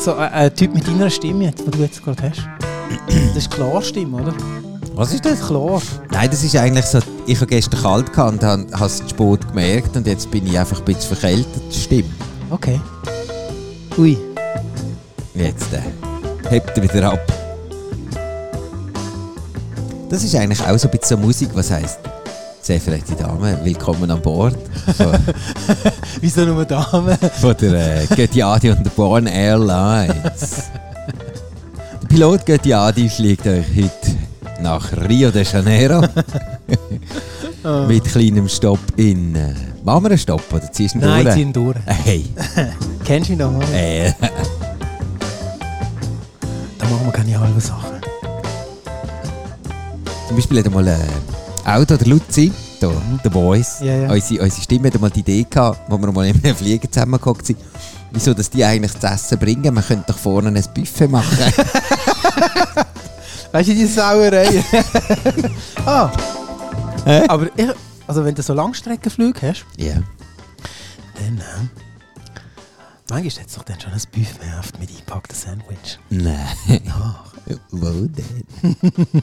Speaker 2: so ein, ein Typ mit deiner Stimme, jetzt, die du jetzt gerade hast. Das ist klar Stimme, oder?
Speaker 3: Was ist das?
Speaker 2: Klar.
Speaker 3: Nein, das ist eigentlich so, ich habe gestern kalt gehabt und habe habe es zu spät gemerkt und jetzt bin ich einfach ein bisschen verkältet, das stimmt.
Speaker 2: Okay. Ui.
Speaker 3: Jetzt, äh, hebt er wieder ab. Das ist eigentlich auch so ein bisschen so Musik, was heisst, sehr verehrte Damen, willkommen an Bord von,
Speaker 2: Wieso nur Damen?
Speaker 3: von der äh, Göttiadi und der Born Airlines. Der Pilot Göttiadi fliegt euch heute nach Rio de
Speaker 2: [laughs]
Speaker 3: Janeiro mit kleinem Stopp in... Äh, machen wir einen Stopp oder ziehst du ihn
Speaker 2: Nein,
Speaker 3: durch?
Speaker 2: zieh ihn durch.
Speaker 3: Hey.
Speaker 2: Kennst du mich noch? Äh.
Speaker 3: Äh,
Speaker 2: Da machen wir keine halben Sachen.
Speaker 3: Zum Beispiel hat mal äh, Auto der Luzi, da, der Boys,
Speaker 2: Mhm. Ja, ja.
Speaker 3: Unsere, unsere Stimme hat mal die Idee gehabt, wo wir mal in einem Flieger zusammengehockt sind, wieso dass die eigentlich das Essen bringen. Man könnte doch vorne ein Buffet machen.
Speaker 2: [laughs] Weißt du, die [laughs] Sauerei? ah.
Speaker 3: Hä?
Speaker 2: Aber ich, also wenn du so Langstreckenflüge hast,
Speaker 3: Ja.
Speaker 2: dann. Äh, manchmal hat doch dann schon ein Buffet auf mit eingepackten Sandwich.
Speaker 3: Nein. Wo denn?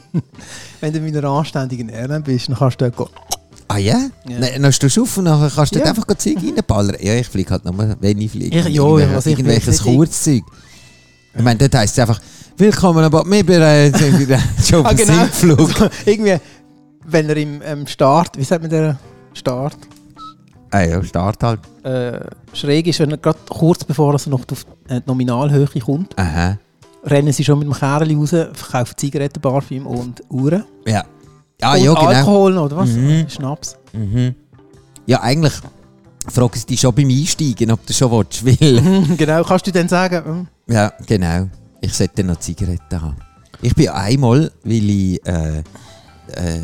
Speaker 2: Wenn du mit einer anständigen Airline bist, dann kannst du dort gehen.
Speaker 3: ah ja?
Speaker 2: Ja.
Speaker 3: Nein, dann hast du auf und nachher kannst du
Speaker 2: Ja.
Speaker 3: dort einfach Zeug reinballern. Ja, ich fliege halt nur, wenn ich fliege.
Speaker 2: Ich- ja,
Speaker 3: Irgendwelche-
Speaker 2: ja, was ich
Speaker 3: Irgendwelches
Speaker 2: fliege, fliege
Speaker 3: Kurzzeug. Ich meine, dort heisst es einfach, willkommen an Bord, wir bereiten
Speaker 2: [laughs]
Speaker 3: uns schon auf den
Speaker 2: genau.
Speaker 3: Sinkflug.
Speaker 2: So, irgendwie, wenn er im ähm, Start, wie sagt man der Start,
Speaker 3: Ah ja, Start halt.
Speaker 2: äh, schräg ist, wenn er gerade kurz bevor er noch auf äh, die Nominalhöhe kommt,
Speaker 3: Aha.
Speaker 2: rennen sie schon mit dem Kerl raus, verkaufen Zigaretten, Parfüm und Uhren.
Speaker 3: Ja. Ah,
Speaker 2: und
Speaker 3: ja, genau.
Speaker 2: Alkohol, oder was?
Speaker 3: Mhm.
Speaker 2: Schnaps. [laughs]
Speaker 3: Mhm. Ja, eigentlich frage ich dich schon beim Einsteigen, ob du schon
Speaker 2: [laughs]
Speaker 3: willst, weil...
Speaker 2: genau, kannst du dann sagen, hm,
Speaker 3: Ja, genau. Ich sollte noch Zigaretten haben. Ich bin einmal, weil ich äh, äh,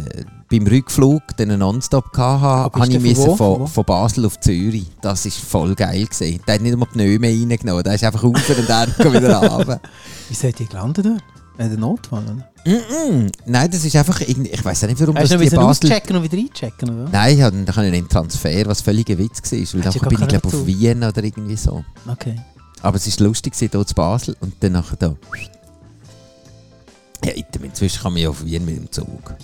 Speaker 3: beim Rückflug den Nonstop hatte,
Speaker 2: bist
Speaker 3: habe
Speaker 2: du
Speaker 3: ich
Speaker 2: von wo? Von
Speaker 3: müssen
Speaker 2: wo?
Speaker 3: von, von Basel auf Zürich. Das ist voll geil. Gewesen. Der hat nicht einmal die Pneu mehr reingenommen. Der ist einfach rauf und [laughs] dann wieder runter.
Speaker 2: wie seid ihr gelandet dort? Äh, der Notfall, oder?
Speaker 3: Mm-mm. Nein, das ist einfach... irgendwie- Ich weiß auch nicht, warum das
Speaker 2: Hast du noch
Speaker 3: die
Speaker 2: wieder
Speaker 3: Basel...
Speaker 2: auschecken und wieder einchecken, oder?
Speaker 3: Nein, ich habe dann einen Transfer, was völliger Witz war. Weil
Speaker 2: Hast du
Speaker 3: nachher
Speaker 2: gar
Speaker 3: bin ich,
Speaker 2: keinen
Speaker 3: glaube auf
Speaker 2: Bezug?
Speaker 3: Wien oder irgendwie so.
Speaker 2: Okay.
Speaker 3: Aber es war lustig, hier in Basel und dann nachher da. Ja, item, inzwischen kann man ja auf Wien mit dem Zug.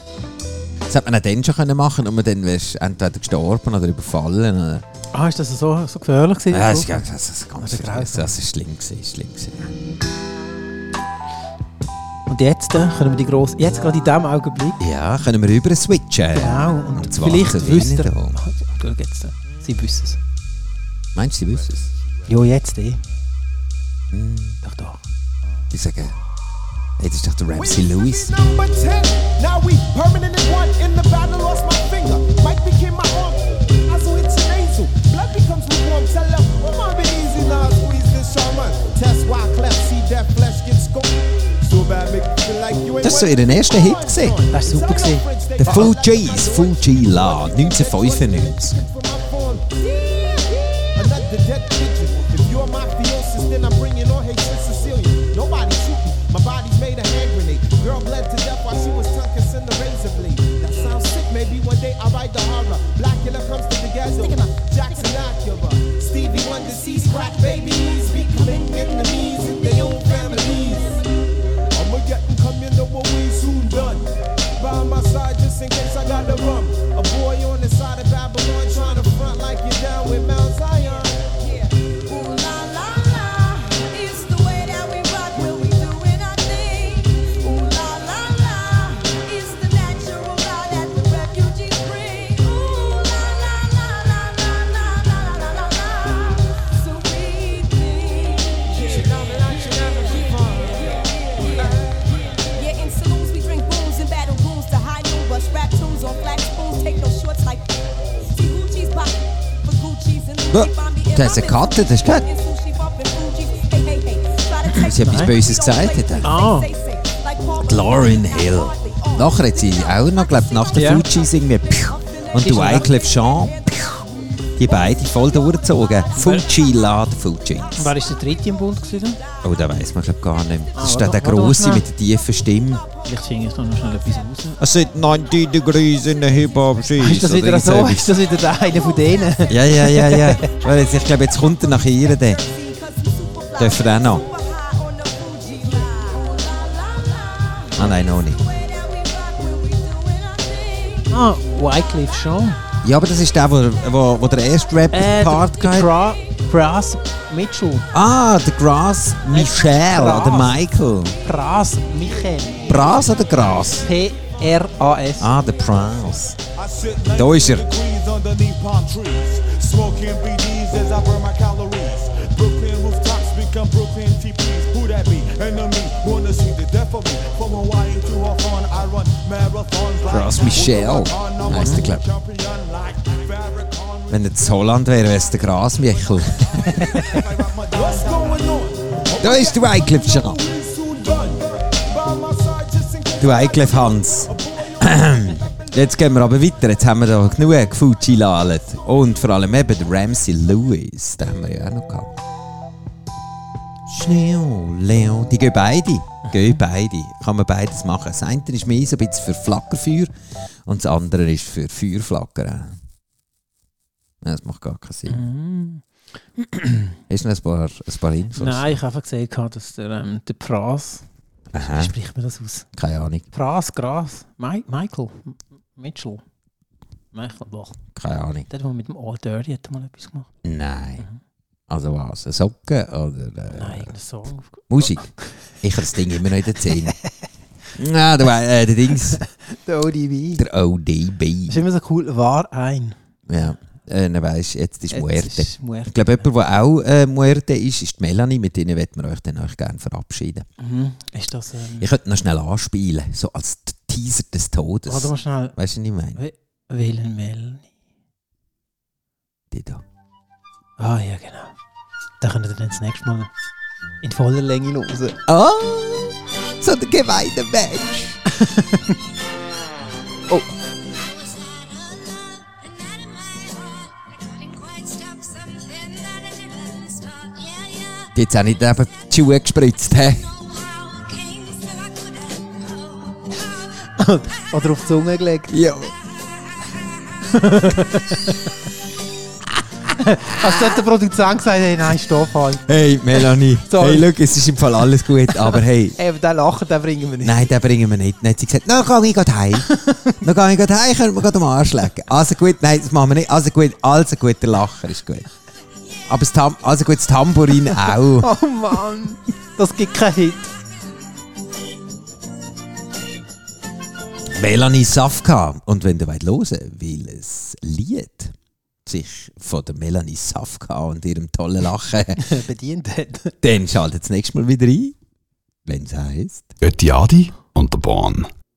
Speaker 3: Das hätte man auch dann schon können machen und dann wärst du entweder gestorben oder überfallen. Oder.
Speaker 2: Ah, ist das so, so gefährlich gewesen?
Speaker 3: Ja, das ist, das ist ganz
Speaker 2: Das ist
Speaker 3: das
Speaker 2: grausam.
Speaker 3: das ist schlimm. Gewesen, ist schlimm gewesen.
Speaker 2: Und jetzt äh, können wir die grosse, jetzt gerade in diesem Augenblick,
Speaker 3: Ja, können wir rüber switchen?
Speaker 2: Genau, und
Speaker 3: zwar
Speaker 2: vielleicht
Speaker 3: zu
Speaker 2: wüsste
Speaker 3: Wien
Speaker 2: er-
Speaker 3: da.
Speaker 2: schau jetzt, äh, sie wissen es.
Speaker 3: Meinst du, sie wissen es?
Speaker 2: Ja, jetzt eh. Doch, doch.
Speaker 3: Die sagen, hey, das ist doch der Ramsey Lewis.
Speaker 14: Number 10, now we permanent in one. In the battle, lost my finger. Mike became my arm. Azul hits your nasal. Blood becomes lukewarm. Tell them, come on, be easy now. Squeeze this shaman. Test why cleft, see that flesh get scoped. So bad, make you feel like you ain't
Speaker 3: Das war so ihr erster Hit. Gewesen.
Speaker 2: Das war super. Gewesen.
Speaker 3: Der Full G's, Full G La, 1995.
Speaker 14: Another dead pigeon. If you're my theosis, then I'm bringing all hatred Sicilian. Nobody shoot me. My body's made a hand grenade. Girl bled to death while she was tongue kissed in the razor blade. That sounds sick. Maybe one day I'll write the horror. Blackula comes to the ghetto. Jackson Acura. Stevie Wonder sees crack babies becoming enemies in their own families. I'ma get them communal we soon done. By my side just in case I gotta run. A boy on the side of Babylon trying to front like you're down with Mount Zion.
Speaker 15: Yeah, in saloons we drink booze and battle goons to high noon, but rap tunes on flat spoons
Speaker 3: Das ist ein Cutter, das ist gut. Weil sie etwas
Speaker 15: Nein.
Speaker 3: Böses gesagt hat.
Speaker 15: Ah.
Speaker 3: Die Lauryn Hill. Nachher hat sie auch noch, glaube nach der
Speaker 15: Ja.
Speaker 3: Fujis irgendwie «Piu». und
Speaker 15: Ist
Speaker 3: du
Speaker 15: noch-
Speaker 3: Wyclef Jean. «Piu». Die beiden voll durchgezogen. Fuji lad Fuji.
Speaker 2: Und Wer war der dritte im Bund? Gewesen?
Speaker 3: Oh, da weiß man glaub, gar nicht. mehr. Das
Speaker 2: Ah,
Speaker 3: ist
Speaker 2: warte,
Speaker 3: dann der
Speaker 2: warte,
Speaker 3: Grosse
Speaker 2: warte.
Speaker 3: mit der tiefen Stimme.
Speaker 2: Vielleicht finde ich da noch schnell etwas raus.
Speaker 3: Es sind 90 Degrees in der Hip-Hop-Scheiße.
Speaker 2: Ist das wieder so? Ist das wieder der eine von denen?
Speaker 3: Ja, ja, ja, ja. Weil jetzt, ich glaube, jetzt kommt er nach ihr. Der. Dürfen wir auch noch? Ah nein, noch nicht.
Speaker 2: [laughs] ah, Wycliffe Jean.
Speaker 3: Ja, aber das ist der, wo, wo, wo der erste
Speaker 2: Äh,
Speaker 3: Rap-Part
Speaker 2: der- der
Speaker 3: gehabt
Speaker 2: Gra Brass Mitchell.
Speaker 3: Ah, der Gras Michel
Speaker 2: Gras.
Speaker 3: oder Michael.
Speaker 2: Brass Michel.
Speaker 3: Bras oder Gras?
Speaker 2: P-R-A-S.
Speaker 3: Ah, der Pras. Da ist er.
Speaker 16: Breeze underneath palm trees. Smoking BDs as I burn my calories. Brooklyn rooftops become Brooklyn TPs. Who that be? Enemy. Wanna see the death of me. From Hawaii to Hawthorne, I run marathons like...
Speaker 3: Gras Michel. Heißt der, glaube Wenn er zu Holland wäre, wäre es der Gras Michel.
Speaker 16: What's going on?
Speaker 3: [laughs] da ist der Wyclef schon. Du Wyclef Hans. Jetzt gehen wir aber weiter. Jetzt haben wir da genug Fuji lalet. Und vor allem eben den Ramsey Lewis. Den haben wir ja auch noch gehabt. Schnell, Leo. Die gehen beide. Gehen beide. Kann man beides machen. Das eine ist mehr so ein bisschen für Flackerfeuer und das andere ist für Feuerflackern. Ja, Das macht gar keinen
Speaker 2: Mhm.
Speaker 3: Sinn. Hast du noch ein paar, ein paar Infos?
Speaker 2: Mm. Nein, ich habe einfach gesehen, gehabt, dass der, ähm, der Pras.
Speaker 3: Aha.
Speaker 2: Wie spricht man das aus?
Speaker 3: Keine Ahnung.
Speaker 2: Pras, Gras. Mi Michael. M- Mitchell. Michael, doch.
Speaker 3: Keine Ahnung.
Speaker 2: Der, der mit dem All Dirty hat mal etwas gemacht.
Speaker 3: Nein. Also was? Eine Socke oder. Äh,
Speaker 2: Nein, irgendein Song.
Speaker 3: Musik. Ich habe das Ding immer noch in der Zähne. Nein, der, äh, der Dings.
Speaker 2: Der ODB.
Speaker 3: Der ODB.
Speaker 2: Ist immer so cool. War ein.
Speaker 3: Ja. Äh, dann weißt jetzt ist
Speaker 2: Jetzt
Speaker 3: Muerte.
Speaker 2: ist Muerte.
Speaker 3: Ich glaube, jemand, der auch äh, Muerte ist, ist die Melanie. Mit denen wird man euch dann euch gerne verabschieden.
Speaker 2: Mhm. Ist das. Ähm,
Speaker 3: Ich könnte noch schnell anspielen, so als T- Teaser des Todes.
Speaker 2: Warte mal schnell.
Speaker 3: Weißt du, was ich meine?
Speaker 2: We- Willen Melanie.
Speaker 3: Die da.
Speaker 2: Ah, ja, genau. Da könnt ihr dann das nächste Mal in voller Länge hören.
Speaker 3: Ah! So der geweihte Mensch! oh! Die hat jetzt auch nicht einfach die Schuhe gespritzt. hä?
Speaker 2: Oder auf die Zunge gelegt.
Speaker 3: Ja.
Speaker 2: Als hätte der Produzent gesagt, hey, nein, stopp halt.
Speaker 3: Hey, Melanie.
Speaker 2: Sorry.
Speaker 3: Hey, look, es ist im Fall alles gut, aber hey.
Speaker 2: Ey, aber den Lachen, den bringen wir nicht.
Speaker 3: Nein, den bringen wir nicht. Dann hat sie gesagt, dann gehe ich gleich heim. Dann gehe ich gleich heim, können wir gleich am Arsch legen. Also gut, nein, das machen wir nicht. Also gut, also gut, der Lacher ist gut. Aber das Tam also gut, das Tambourin
Speaker 2: [laughs]
Speaker 3: auch.
Speaker 2: Oh Mann, das gibt keinen Hit.
Speaker 3: Melanie Safka. Und wenn ihr wollt hören welches Lied sich von der Melanie Safka und ihrem tollen Lachen
Speaker 2: [laughs]
Speaker 3: [laughs]
Speaker 2: bedient hat,
Speaker 3: dann schaltet das nächste Mal wieder ein, wenn es heisst.
Speaker 1: Götti Adi und der Bahn.